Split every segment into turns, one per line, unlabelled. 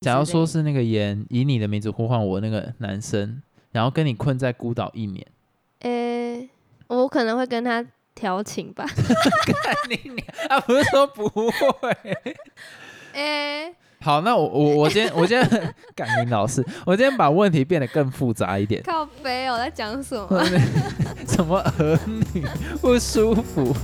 假如说是那个演以你的名字呼唤我那个男生，然后跟你困在孤岛一 年，
呃、我可能会跟他调情吧。
干你娘啊！不是说不会。
诶、
好，那我我我今天我今天感明老师，我今天把问题变得更复杂一 点。
靠背、哦，我在讲什么？
怎么儿女不舒服？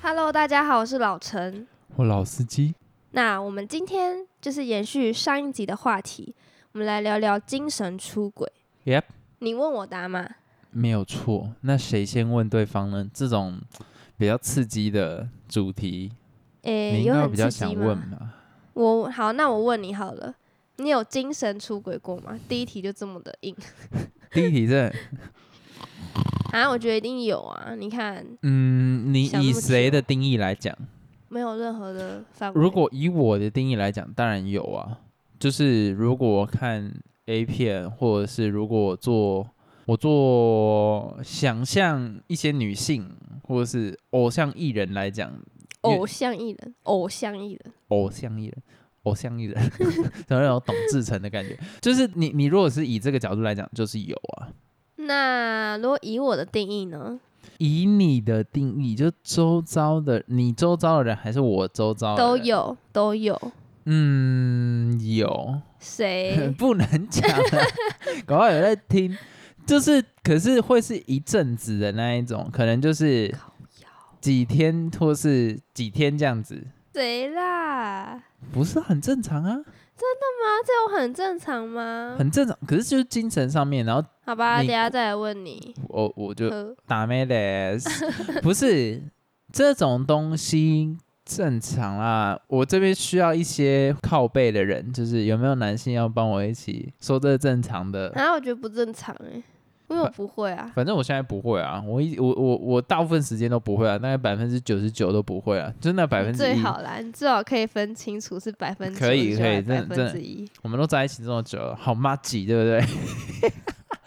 Hello，大家好，我是老陈。
我老司机，
那我们今天就是延续上一集的话题，我们来聊聊精神出轨。
Yep
你问我答嘛？
没有错。那谁先问对方呢？这种比较刺激的主题，
诶、
你应
有
该
很
比较
刺
想
激吗
问嘛？
我好，那我问你好了，你有精神出轨过吗？第一题就这么的硬
第一题这，
啊？我觉得一定有啊。你看，
嗯，你
想那
以
么久
谁的定义来讲？
没有任何的范围。
如果以我的定义来讲，当然有啊。就是如果我看 A 片，或者是如果我做我做想象一些女性或者是偶像艺人来讲，
偶像艺人，偶像艺人，
偶像艺人，偶像艺人， 有那种董志成的感觉。就是你你如果是以这个角度来讲，就是有啊。
那如果以我的定义呢，
以你的定义，就周遭的你周遭的人，还是我周遭的
都
人？
有都有
嗯，有。？
谁
不能讲、啊，搞不好有在听。就是，可是会是一阵子的那一种，可能就是
靠腰
几天或是几天这样子，
谁啦？
不是很正常啊，
这有很正常吗？
很正常。可是就是精神上面，然后
好吧，
你
等一下再来问你。
我我就
呵
打没得，不是这种东西正常啦。我这边需要一些靠背的人，就是有没有男性要帮我一起说这是正常的
然后啊我觉得不正常哎、因为我不会 啊。
反正我现在不会啊，我一我我我大部分时间都不会啊，大概百分之九十九都不会啊，就那百分
你
之
最
一，
好啦，你最好可以分清楚是百分之
可以可以
百
真的真
分
的
之一，
我们都在一起这么久了，好妈几对不 对？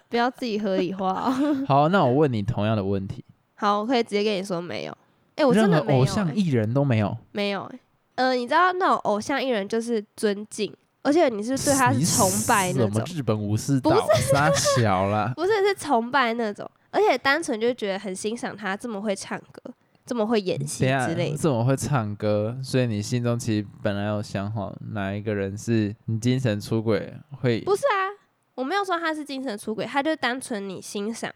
不要自己合理化哦。
好，那我问你同样的问题，
好，我可以直接跟你说没有。哎、我真
任何
的没有、
偶
欸
像艺人都没有，
没有、欸。呃，你知道那种偶像艺人就是尊敬，而且你是对他是
你
崇拜
死
那
我们
种，
日本武士
不，
道傻小啦
不是是崇拜那种，而且单纯就觉得很欣赏他这么会唱歌，这么会演戏
等一下
之类的。
这么会唱歌，所以你心中其实本来有想好哪一个人是你精神出轨会
不是啊，我没有说他是精神出轨，他就单纯你欣赏，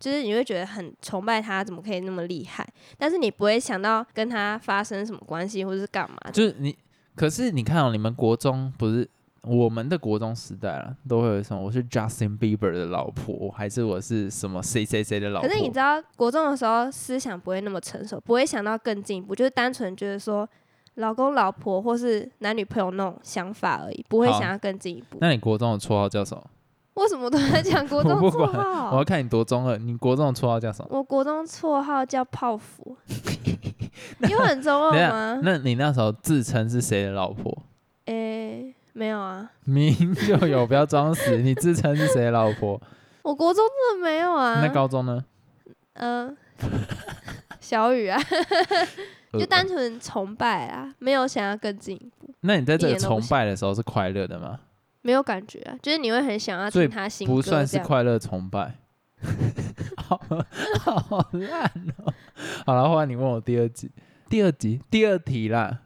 就是你会觉得很崇拜他，怎么可以那么厉害？但是你不会想到跟他发生什么关系或者是干嘛的。
就是你，可是你看哦，你们国中不是我们的国中时代了，都会有什么？我是 Justin Bieber 的老婆，还是我是什么谁谁谁的老婆？
可是你知道，国中的时候思想不会那么成熟，不会想到更进一步，就是单纯觉得说老公、老婆或是男女朋友那种想法而已，不会
好
想要更进一步。
那你国中的绰号叫什么？
为什么都在讲国中
我不
绰
管我
号
要？看你多中二。你国中的绰号叫什么？
我国中绰号叫泡芙，有很中二
等一下
吗？
那你那时候自称是谁的老婆？
诶、没有啊，
明明就有，不要装死。你自称是谁的老婆？
我国中真的没有 啊。
那高中呢？
嗯、小雨啊，就
呃
单纯崇拜啊，没有想要更进一步，
那你在这
一
个
点都不
崇拜的时候是快乐的吗？
没有感觉啊，就是你会很想要
所以
听他新歌
不算
这
是
样。
快乐崇拜。 好好烂哦！好了，换你问我第二集，第二集第二题啦。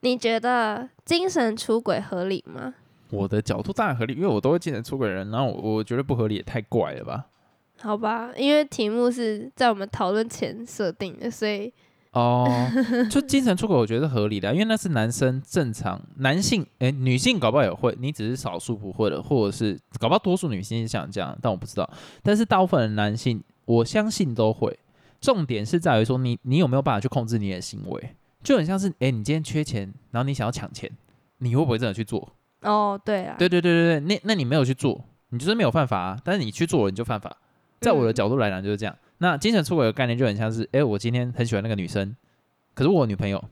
你觉得精神出轨合理吗？
我的角度当然合理，因为我都会精神出轨人，然后我我觉得不合理也太怪了吧？
好吧，因为题目是在我们讨论前设定的，所以
哦，就精神出轨我觉得是合理的啊，因为那是男生正常，男性诶，女性搞不好也会，你只是少数不会的，或者是搞不好多数女性是想这样，但我不知道，但是大部分的男性我相信都会。重点是在于说你你有没有办法去控制你的行为，就很像是诶，你今天缺钱，然后你想要抢钱，你会不会真的去做？
哦，对啊，
对对对对对，那那你没有去做，你就是没有犯法啊。但是你去做了，你就犯法。在我的
嗯
角度来讲就是这样。那精神出轨的概念就很像是，哎，我今天很喜欢那个女生，可是我有女朋友，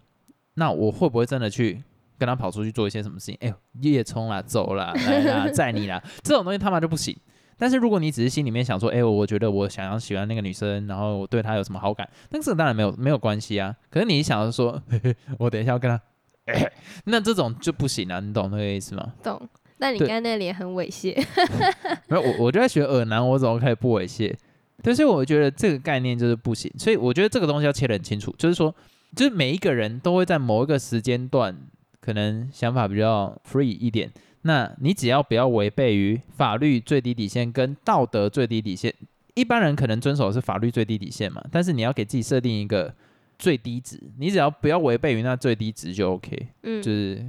那我会不会真的去跟她跑出去做一些什么事情？哎，夜冲啦，走啦，来啦，载你啦，这种东西他妈就不行。但是如果你只是心里面想说，哎、我觉得我想要喜欢那个女生，然后我对她有什么好感，那这个当然没有没有关系啊。可是你一想要说， 嘿嘿，我等一下要跟她， 那这种就不行啊，你懂那个意思吗？
懂。但你
对
刚才那脸很 猥亵，
没有，我我就在学耳男，我怎么可以不猥亵？对，所以我觉得这个概念就是不行。所以我觉得这个东西要切得很清楚，就是说，就是每一个人都会在某一个时间段，可能想法比较 free 一点。那你只要不要违背于法律最低底线跟道德最低底线，一般人可能遵守的是法律最低底线嘛，但是你要给自己设定一个最低值，你只要不要违背于那最低值就 OK。
嗯
就，是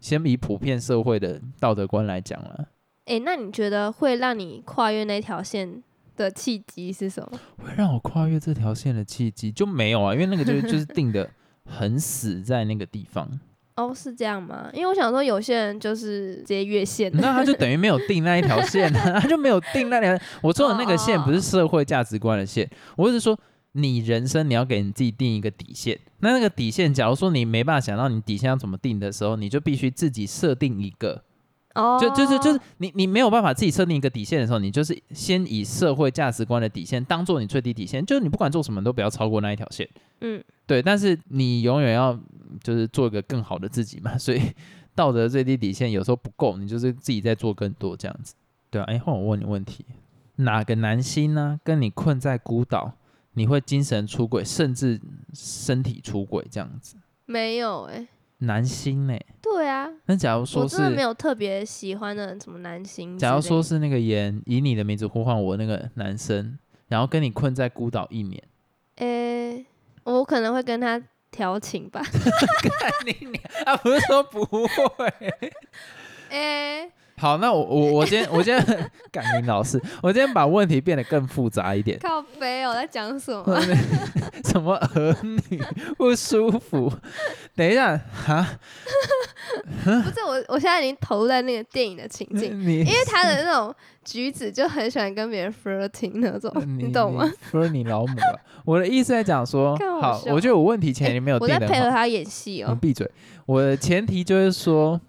先以普遍社会的道德观来讲了。
诶，那你觉得会让你跨越那条线的契机是什么？
会让我跨越这条线的契机就没有啊，因为那个就就是定的很死在那个地方，
哦，是这样吗？因为我想说，有些人就是直接越线
那他就等于没有定那一条线、啊，他就没有定那条。我说的那个线
哦哦哦
不是社会价值观的线，我只是说你人生你要给你自己定一个底线。那那个底线，假如说你没办法想到你底线要怎么定的时候，你就必须自己设定一个
哦，
就就是就是你你没有办法自己设定一个底线的时候，你就是先以社会价值观的底线当做你最低底线，就是你不管做什么都不要超过那一条线。
嗯，
对，但是你永远要就是做一个更好的自己嘛，所以 道德最低底线有时候不够，你就是自己在做更多这样子。对啊，哎，换我问你问题，哪个男星呢跟你困在孤岛，你会精神出轨，甚至身体出轨这样子？
没有诶，
男星呢、
对啊，
那假如
我
说
真的没
是，
有欸特别喜欢的什么男星之类的。
假如说是那个演以你的名字呼唤我那个男生，然后跟你困在孤岛一年，
诶、我可能会跟他调情吧。
你你 啊不是说不会。
诶、。
好，那我我我今天我今天 感林老师，我今天把问题变得更复杂一点
靠北 哦，我在讲什么？
什么儿女不舒 服？等一下哈，
不是我，我现在已经投入在那个电影的情境，
你
因为他
嗯
的那种举止就很喜欢跟别人 flirting 那种，你懂吗？？
不嗯是你老母了。我的意思在讲 说
干，好
好，
笑
我觉得我问题前
欸
你没有
我
定
在
的
配合
好，
他演戏
你
哦，
闭嘴。我的前提就是说，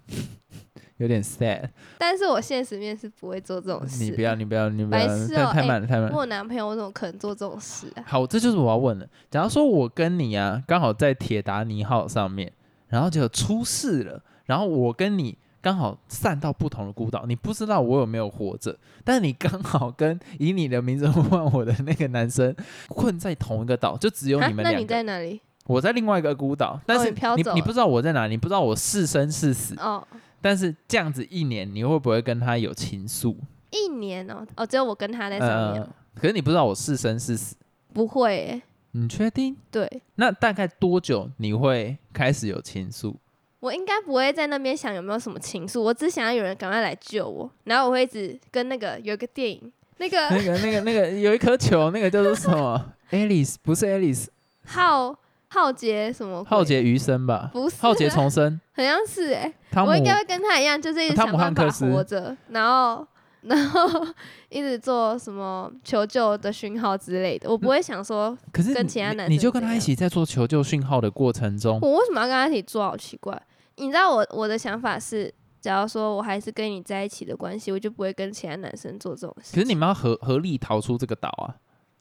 有点 sad。
但是我现实面是不会做这种事。
你不要，你不要，你不
白
要，
痴
太
哦
太
欸
慢了，太慢了。
我有男朋友，我怎么可能做这种事啊？
好，这就是我要问的。假如说我跟你啊，刚好在铁达尼号上面，然后就出事了，然后我跟你刚好散到不同的孤岛，你不知道我有没有活着，但你刚好跟以你的名字呼唤我的那个男生困在同一个岛，就只有
啊
你们
那
两
你
个。
在哪里？
我在另外一个孤岛，但
哦
是
你飘
你、
走
你
了
不知道我在哪里，你不知道我是生是死，
哦，
但是这样子一年，你会不会跟他有情愫？
一年哦，哦，只有我跟他在上面哦，
呃，可是你不知道我是生是死，
不会欸，
你确定？
对
那大概多久你会开始有情愫？
我应该不会在那边想有没有什么情愫，我只想要有人赶快来救我，然后我会一直跟那个有一个电影， 那个
那个、那个、那个，有一颗球，那个叫做什么 ？Alice 不是 Alice，
浩浩劫什么鬼
浩劫余生吧？
不是
浩劫
啊
重生，
好像是哎、
汤姆
我应该会跟他一样，就是一直
汤
想
姆汉
办
克
法
斯
活着，然后 然后一直做什么求救的讯号之类的。我不会想说，
可是
跟
你
其他
你
男
你
生
就跟
这
他一
样
起在做求救讯号的过程中，
我为什么要跟他一起做，好奇怪。你知道我我的想法是，假如说我还是跟你在一起的关系，我就不会跟其他男生做这种事
可
情。
是你们要合合力逃出这个岛啊！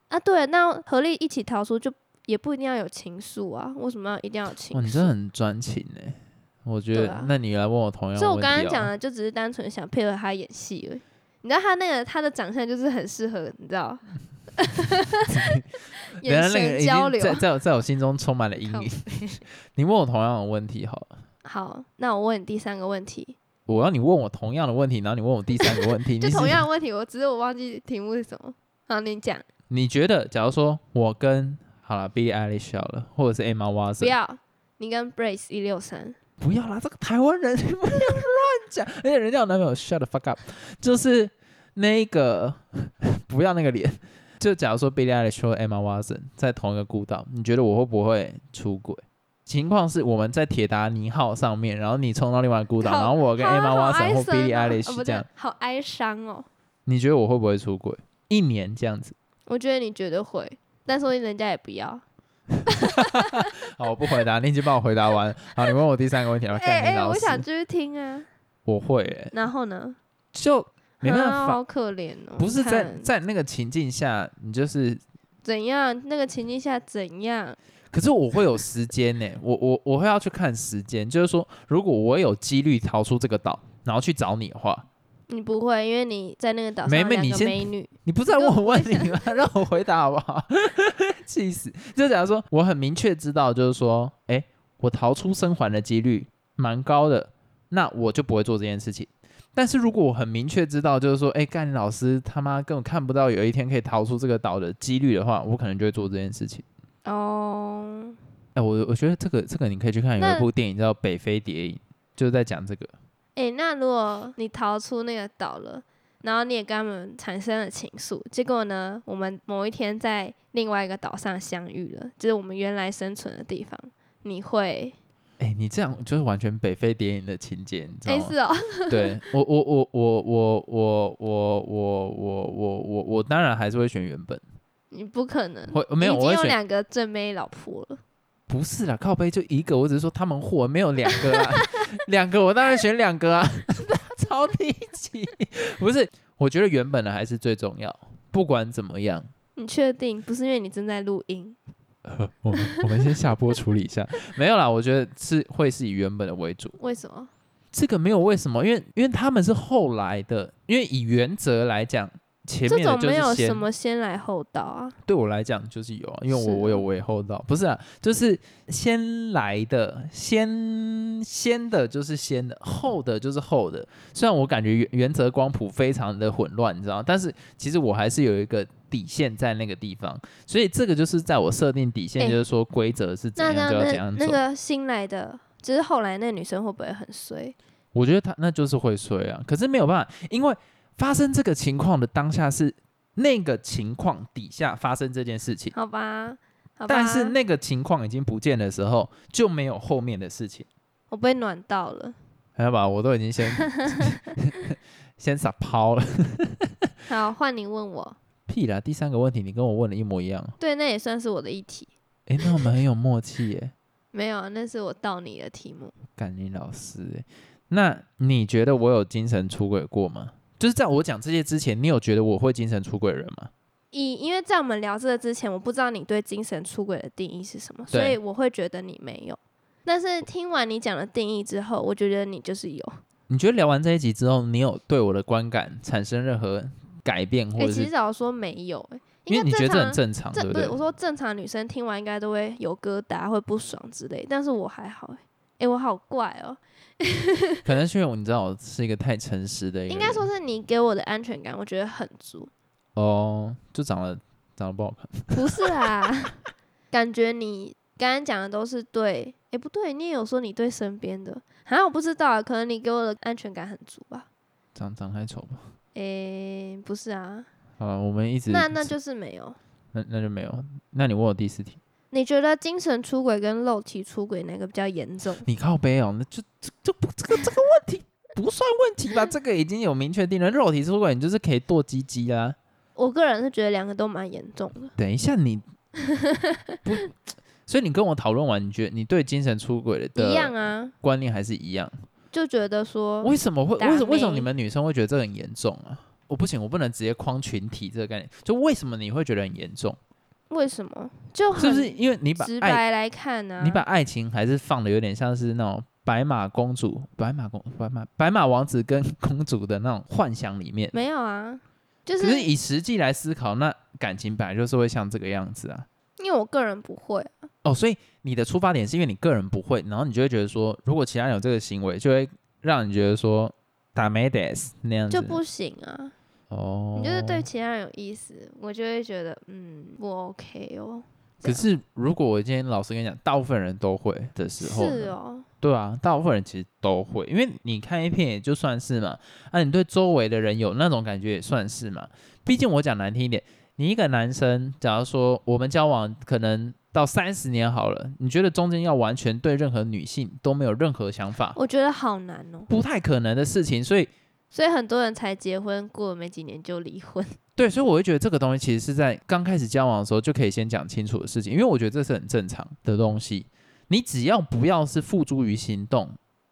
啊，对，那合力一起逃出就也不一定要有情愫啊，为什么要一定要有情
哇，你真的
愫？
很专情哎、我觉
对
得，
啊
那你来问我同样
所以
的
我
问题、哦。
刚刚讲的就只是单纯想配合他演戏而已。你知道他那个他的长相就是很适合，你 知道，
原
眼
来那个
神
已
交
经
流。
在在我在我心中充满了阴
靠
影。你问我同样的问题好了，
好，那我问你第三个问题，
我要你问我同样的问题，然后你问我第三个问 题，
就
你是
同样的问题，我只是我忘记题目是什么。好，你讲，
你觉得，假如说我跟好了 Billie Eilish 好了，或者是 Emma
不
Watson，
要你跟 Brace 一六三，
不要啦，这个台湾人你不要乱讲，而且人家有男朋友 shut the fuck up，就是那个 不要那个脸。就假如说 Billie Eilish 或 Emma Watson 在同一个孤岛，你觉得我会不会出轨？情况是我们在铁达尼号上面，然后你冲到另外一个孤岛，
好
然后我跟
好
Emma
好哀
Watson 或
伤
Billie
哦哦
Eilish
不
这样
对，，好哀伤哦。
你觉得我会不会出轨？一年这样子？
我觉得你绝对会，但说不定人家也不要。
好，我不回答，你已 经帮我回答完了。好，你问我第三个问题了，
哎
干
哎、
你老
我
师。
想继续听啊。
我会、欸，
然后呢？
就没办
啊
法，
好可怜哦。
不是在
看
在那个情境下，你就是。
怎样那个情境下怎样？
可是我会有时间呢、欸我我我会要去看时间，就是说，如果我有几率逃出这个岛，然后去找你的话，
你不会，因为你在那个岛上
妹
有
妹
两
你
个
先
美女，
你不是在问我问题吗？ 让我回答好不好？ 气死！就假如说我很明确知道，就是说，哎、我逃出生还的几率蛮高的，那我就不会做这件事情。但是如果我很明确知道，就是说，哎、干老师他妈根本看不到有一天可以逃出这个岛的几率的话，我可能就会做这件事情。
哦，
哎、我我觉得这个这个你可以去看有
那
一部电影叫《北非谍影》，就是在讲这个。
诶，那如果你逃出那个岛了，然后你也跟他们产生了情愫，结果呢，我们某一天在另外一个岛上相遇了，就是我们原来生存的地方，你会
哎、你这样就是完全北非谍影的情节，你知道
诶，
吗？
是哦，
对我我我我我我我我我我我我当然还是会选原本，
你不可能，
会没有
你
我
已经
会
有
选
两个正妹老婆了，
不是啦，靠背就一个，我只是说他们货没有两个 啊，两个我当然选两个啊， 超低级，不是，我觉得原本的还是最重要，不管怎么样。
你确定不是因为你正在录音？
呃 我们我们先下播处理一下， 没有啦，我觉得是会是以原本的为主，
为什么？
这个没有为什么，因为因为他们是后来的，因为以原则来讲，前
这
面的
种
就是
没有
先
什么先来后到啊，
对我来讲就是有啊，因为
是哦
我我有尾后到，不是啊，就是先来的，先先的就是先的，后的就是后的。虽然我感觉原原则光谱非常的混乱，你知道，但是其实我还是有一个底线在那个地方，所以这个就是在我设定底线，
哎
就是说规则是怎
那
样
那
就要怎样
那
做。
那个新来的，就是后来那女生会不会很衰？
我觉得他那就是会衰啊，可是没有办法，因为发生这个情况的当下是那个情况底下发生这件事情。
好吧，好吧，
但是那个情况已经不见的时候，就没有后面的事情，
我被暖到了。
还有吧？我都已经 先 先撒抛了，
好，换你问我。
屁啦！第三个问题你跟我问的一模一样，
对，那也算是我的一题。
诶，那我们很有默契耶，
没有，啊那是我到你的题目。
感林老师耶。那你觉得我有精神出轨过吗？就是在我讲这些之前，你有觉得我会精神出轨人吗？
以因为在我们聊这个之前，我不知道你对精神出轨的定义是什么，所
对
以我会觉得你没有。但是听完你讲的定义之后，我觉得你就是有。
你觉得聊完这一集之后，你有对我的观感产生任何改变，或
诶，
者
其
是
实老实说没有、诶，
因为你
应该
觉得这很
正常。啊
正常，对
这不
对
是？我说正常女生听完应该都会有疙瘩，会不爽之类，但是我还好、诶，哎、我好怪哦、
可能是因为我你知道我是一个太诚实的一个
应
人，
该说是你给我的安全感，我觉得很足。
哦，就长得长得不好看。
不是啊， 感觉你刚刚讲的都是对，哎、不对，你也有说你对身边的，好像我不知道啊，可能你给我的安全感很足吧？
长长太丑吧？
哎、不是啊，
好了，我们一直
那那就是没有。
那那就没有。那你问我第四题，
你觉得精神出轨跟肉体出轨哪个比较严重？
你靠背哦，那就这这不这个这个问题不算问题 吧？这个已经有明确定了，肉体出轨你就是可以剁鸡鸡啊。
我个人是觉得两个都蛮严重的。
等一下 你不，所以你跟我讨论完，你觉得你对精神出轨
一样
的
啊，
观念还是一样？
就觉得说，
为什么会为什
打
么为什么
妹
你们女生会觉得这很严重啊？我不行，我不能直接框群体这个概念。就为什么你会觉得很严重？
为什么就是
不是
很
因为你把
直
爱
白来看呢、啊？
你把爱情还是放的有点像是那种白马公主、白马公、白马白马王子跟公主的那种幻想里面。
没有啊？就
可
是
是以实际来思考，那感情本来就是会像这个样子啊。
因为我个人不会，
哦，所以你的出发点是因为你个人不会，然后你就会觉得说，如果其他人有这个行为，就会让你觉得说打没得那样子。
就不行啊。
哦，
你就是对。其他人有意思，我就会觉得嗯不 OK 哦。
可是如果我今天老实跟你讲，大部分人都会的时候，
是哦，
对啊，大部分人其实都会，因为你看 A 片也就算是嘛，啊，你对周围的人有那种感觉也算是嘛。毕竟我讲难听一点，你一个男生，假如说我们交往可能到三十年好了，你觉得中间要完全对任何女性都没有任何想法，
我觉得好难哦，
不太可能的事情。所以，
所以很多人才结婚过了没几年就离婚。
对，所以我会觉得这个东西其实是在刚开始交往的时候就可以先讲清楚的事情，因为我觉得这是很正常的东西。你只要不要是付诸于行动，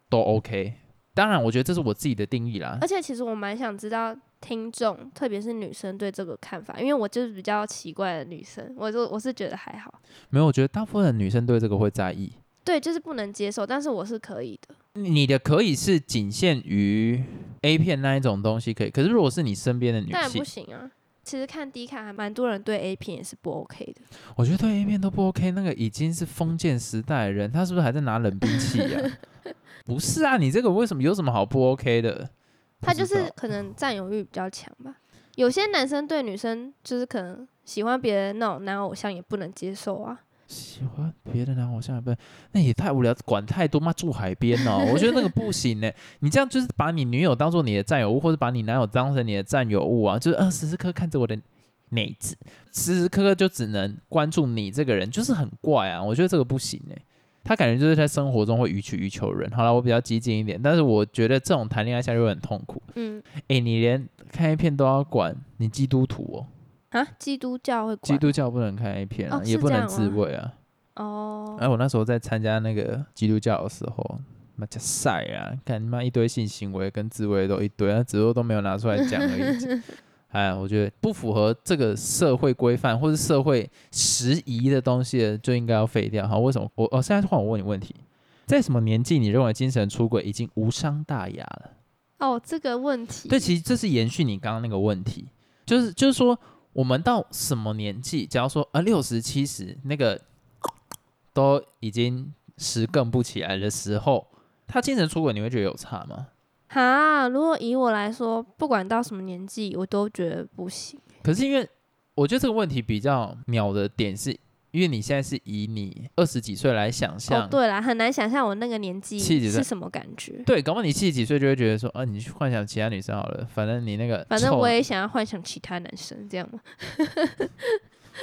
都 OK。当然，我觉得这是我自己的定义啦。
而且其实我蛮想知道听众，特别是女生对这个看法，因为我就是比较奇怪的女生，我就我是觉得还好，
没有，我觉得大部分的女生对这个会在意。
对，就是不能接受，但是我是可以的。
你的可以是仅限于 A 片那一种东西可以，可是如果是你身边的女
当然
性
不，行啊。其实看 D 卡还蛮多人对 A 片也是不 OK 的，
我觉得对 A 片都不 OK，那个已经是封建时代的人，他是不是还在拿冷兵器 呀、不是啊，你这个为什么有什么好不 OK 的？
他就
不知
是
道
可能占有欲比较强吧。有些男生对女生就是可能喜欢别人那种男偶像也不能接受啊。
喜欢别的男偶像也不，那也太无聊，管太多，妈住海边 哦，我觉得那个不行呢。你这样就是把你女友当做你的占有物，或者把你男友当成你的占有物啊，就是呃时时刻刻看着我的妹子，时时刻刻就只能关注你这个人，就是很怪啊。我觉得这个不行呢。他感觉就是在生活中会予取予求人。好了，我比较激进一点，但是我觉得这种谈恋爱下去会很痛苦。
嗯
诶，你连看 A 片都要管，你基督徒哦，
啊，基督教会
基
管
督教不能看 A 片啊，
哦
也
是
不
这
能
样
自
吗
慰啊。
哦，
哎、我那时候在参加那个基督教的时候，妈加晒啊，看妈一堆性行为跟自慰都一堆，啊，只不过都没有拿出来讲而已。哎，我觉得不符合这个社会规范或是社会时宜的东西的就应该要废掉。好，为什么？我哦，现在换我问你问题，在什么年纪你认为精神出轨已经无伤大雅了？
哦，这个问题，
对，其实这是延续你刚刚那个问题，就是就是说，我们到什么年纪，假如说啊六十七十那个都已经十更不起来的时候，他精神出轨，你会觉得有差吗？
哈，如果以我来说，不管到什么年纪，我都觉得不行。哦
可是因为我觉得这个问题比较鸟的点是，因为你现在是以你二十几岁来想象，
哦，对啦，很难想象我那个年纪
气质在
是什么感觉。
对，搞不好你七十几岁就会觉得说，啊，你去幻想其他女生好了，反正你那个
反正
臭
我也想要幻想其他男生这样嘛。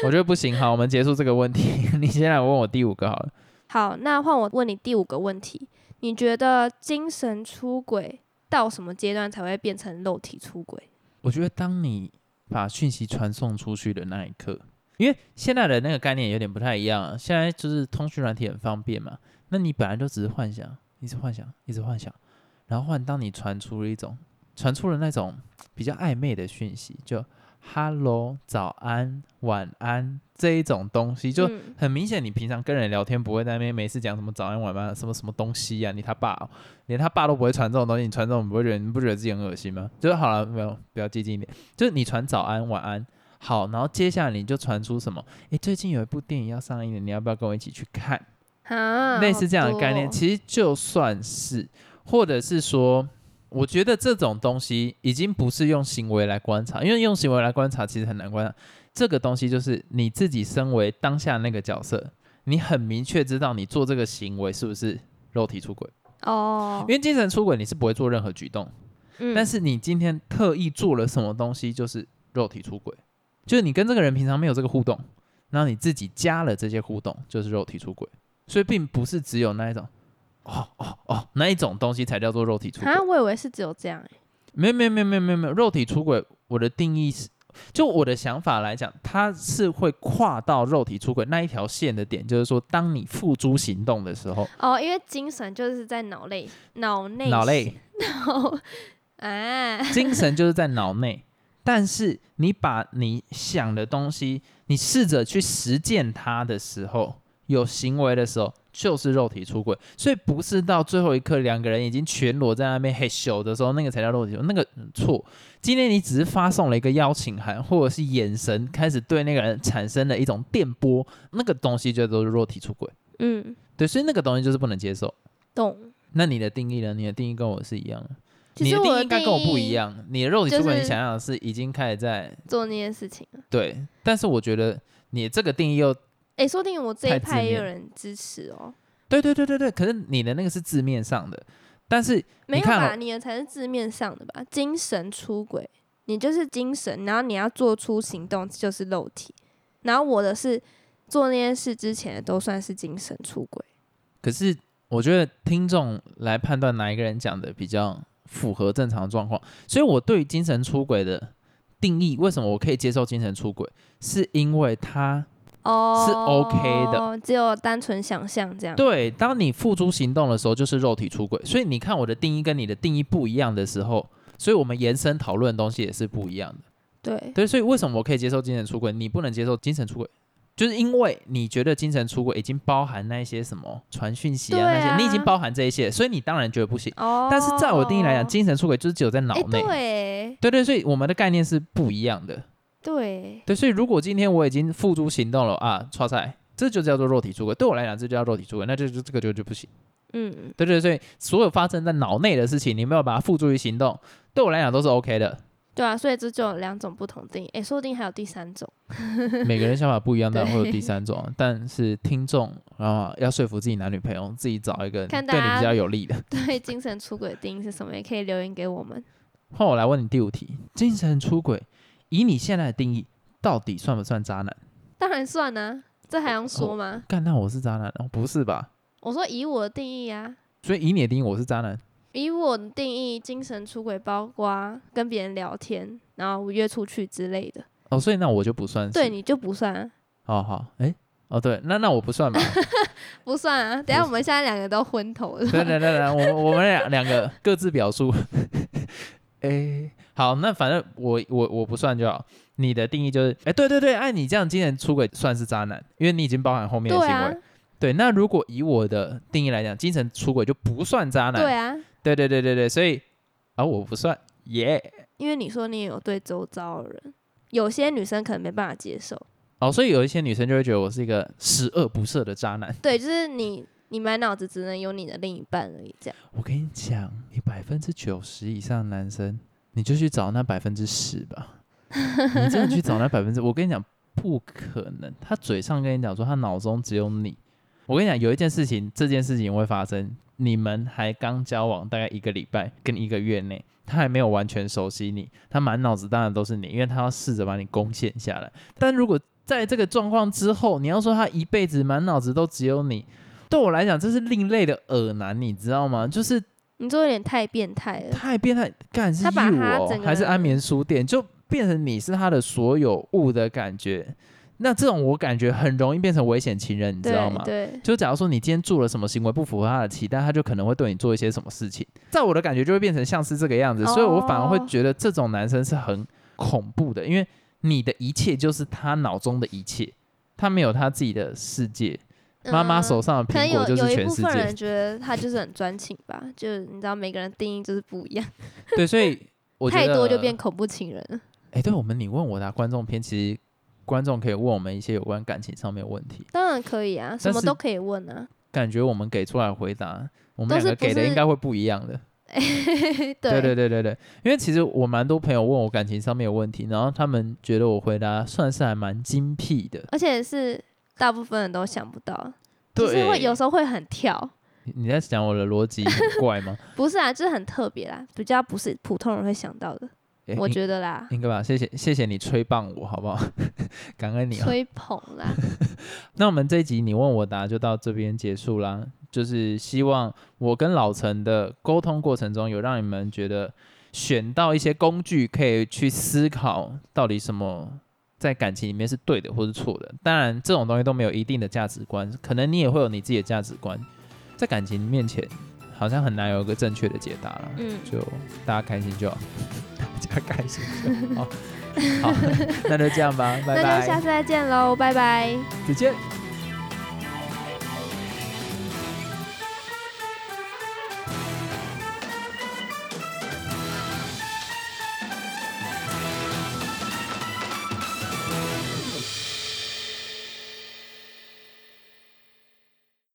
我觉得不行，好，我们结束这个问题， 你先来问我第五个好了。
好，那换我问你第五个问题，你觉得精神出轨到什么阶段才会变成肉体出轨？
我觉得当你把讯息传送出去的那一刻，因为现在的那个概念有点不太一样、啊，现在就是通讯软体很方便嘛，那你本来就只是幻想，一直幻想，一直幻想，然后换当你传出了一种传出了那种比较暧昧的讯息，就 “hello”、早安、晚安这一种东西，就
嗯
很明显，你平常跟人聊天不会在那边没事讲什么早安晚安啊什么什么东西呀、你他爸、哦，连他爸都不会传这种东西，你传这种你不会觉得你不觉得自己很恶心吗？就是好了，没有比较接近一点，就是你传早安晚安好，然后接下来你就传出什么？诶，最近有一部电影要上映了，你要不要跟我一起去看？
哈，
类似这样的概念，
嗯好多哦
其实就算是，或者是说，我觉得这种东西已经不是用行为来观察，因为用行为来观察其实很难观察。这个东西就是你自己身为当下那个角色，你很明确知道你做这个行为是不是肉体出轨，
哦
因，为精神出轨你是不会做任何举动，
嗯
但是你今天特意做了什么东西，就是肉体出轨，就是你跟这个人平常没有这个互动，然后你自己加了这些互动，就是肉体出轨。所以并不是只有那一种，哦哦哦，那一种东西才叫做肉体出轨
哈，。我以为是只有这样欸、
没有没有没有没有没有没有，肉体出轨，我的定义是，就我的想法来讲，它是会跨到肉体出轨那一条线的点，就是说，当你付诸行动的时候，
哦，因为精神就是在脑内，脑内，
脑内。
脑， 哎、啊，
精神就是在脑内，但是你把你想的东西，你试着去实践它的时候，有行为的时候，就是肉体出轨。所以不是到最后一刻，两个人已经全裸在那边嘿咻的时候，那个才叫肉体出轨，那个嗯错。今天你只是发送了一个邀请函，或者是眼神开始对那个人产生了一种电波，那个东西就都是肉体出轨。
嗯，
对，所以那个东西就是不能接受。
懂。
那你的定义呢？你的定义跟我是一样的。
其
你
实
的定
我
义
的
应该跟我不
定
一
义
样，你的肉体
就
出轨，你
是
想想是已经开始在
做那件事情。啊
对，但是我觉得你这个定义又
哎、说不定我这
太
一
字
派也
面
有人支持哦。
对对对对对，可是你的那个是字面上的，但是你
没有
看
吧？
哦
你的才是字面上的吧？精神出轨，你就是精神，然后你要做出行动就是肉体，然后我的是做那件事之前都算是精神出轨。
可是我觉得听众来判断哪一个人讲的比较符合正常状况，所以我对于精神出轨的定义，为什么我可以接受精神出轨，是因为他
哦，
OK 的
的，只有单纯想象这样。
对，当你付诸行动的时候，就是肉体出轨。所以你看我的定义跟你的定义不一样的时候，所以我们延伸讨论的东西也是不一样的。
对，
对，所以为什么我可以接受精神出轨，你不能接受精神出轨？就是因为你觉得精神出轨已经包含那一些什么传讯息啊
对
那些，你已经
啊
包含这一些，所以你当然觉得不行。
哦。
但是在我定义来讲，精神出轨就是只有在脑
哎，
内。
对
对对，所以我们的概念是不一样的。
对，
对，所以如果今天我已经付诸行动了啊，刷菜，这就叫做肉体出轨。对我来讲，这就叫肉体出轨，那就就这个就就不行。
嗯，
对对，所以所有发生在脑内的事情，你没有把它付诸于行动，对我来讲都是 OK 的。
对啊，所以这就有两种不同定义，哎，说不定还有第三种。
每个人想法不一样，当然会有
对
第三种。但是听众啊，要说服自己男女朋友，自己找一个对
看
你
大家
比较有利 的。
对精神出轨的定义是什么？也可以留言给我们。
换我来问你第五题：精神出轨，以你现在的定义，到底算不算渣男？
当然算啊，这还用说吗？
干，那我是渣男哦？不是吧？
我说以我的定义啊，
所以以你的定义，我是渣男。
以我的定义，精神出轨包括跟别人聊天，然后约出去之类的，
哦，所以那我就不算是。
对，你就不算、啊，
好好，哎、哦对，那那我不算嘛。
不算啊。等一下我们现在两个都昏头了，
对对对对，我们我们俩两个各自表 述。哎、好，那反正我我我不算就好。你的定义就是，哎、对对对，按你这样，今年出轨算是渣男，因为你已经包含后面的
对
行为。
啊，
对那如果以我的定义来讲，精神出轨就不算渣男。
对啊，
对对对对对，所以啊、我不算，耶、
因为你说你也有对周遭的人，有些女生可能没办法接受，
哦，所以有一些女生就会觉得我是一个十恶不赦的渣男。
对，就是你你满脑子只能有你的另一半而已，这样。
我跟你讲，你百分之九十以上的男生，你就去找那百分之十吧。你真的去找那百分之，我跟你讲，不可能。他嘴上跟你讲说，他脑中只有你。我跟你讲，有一件事情，这件事情会发生。你们还刚交往大概一个礼拜跟一个月内，他还没有完全熟悉你，他满脑子当然都是你，因为他要试着把你攻陷下来。但如果在这个状况之后，你要说他一辈子满脑子都只有你，对我来讲这是另类的耳男，你知道吗？就是
你这有点太变态了，
太变态，干是
他把
you
他
哦
整，个
还是安眠书店，就变成你是他的所有物的感觉。那这种我感觉很容易变成危险情人，你知道
对
吗？
对，
就假如说你今天做了什么行为不符合他的期待，他就可能会对你做一些什么事情。在我的感觉就会变成像是这个样子，所以我反而会
哦
觉得这种男生是很恐怖的，因为你的一切就是他脑中的一切，他没有他自己的世界。妈妈
嗯
手上的
可能
苹果
有
就是
有一
全
部
世
分
界
人。觉得他就是很专情吧，就是你知道每个人定义就是不一样，
对，所以我觉
太
得
多就变恐怖情人了。
哎，对我们你问我答观众篇，其实观众可以问我们一些有关感情上面的问题，
当然可以啊，什
但
么
是
都可以问啊。
感觉我们给出来的回答，我们
都
两
是
个
不
给的应
是
该会不一样的。对
对对
对对对对，因为其实我蛮多朋友问我感情上面有问题，然后他们觉得我回答算是还蛮精辟的。
而且是大部分人都想不到，就
对，
是会有时候会很跳，
你你在讲我的逻辑很怪 吗？
不是啊，就是很特别啦，比较不是普通人会想到的，
诶
我
应
觉得啦，
应该吧，谢谢谢谢你吹棒我好不好？ 感恩你啊。
吹捧啦，
那我们这一集你问我答就到这边结束啦。就是希望我跟老陈的沟通过程中，有让你们觉得选到一些工具，可以去思考到底什么在感情里面是对的或是错的。当然，这种东西都没有一定的价值观，可能你也会有你自己的价值观。在感情面前，好像很难有一个正确的解答了。
嗯
就大家开心 就好，大家开心就好。好，好那就这样吧，拜
那就下
拜，
次再见喽，拜拜。
再见。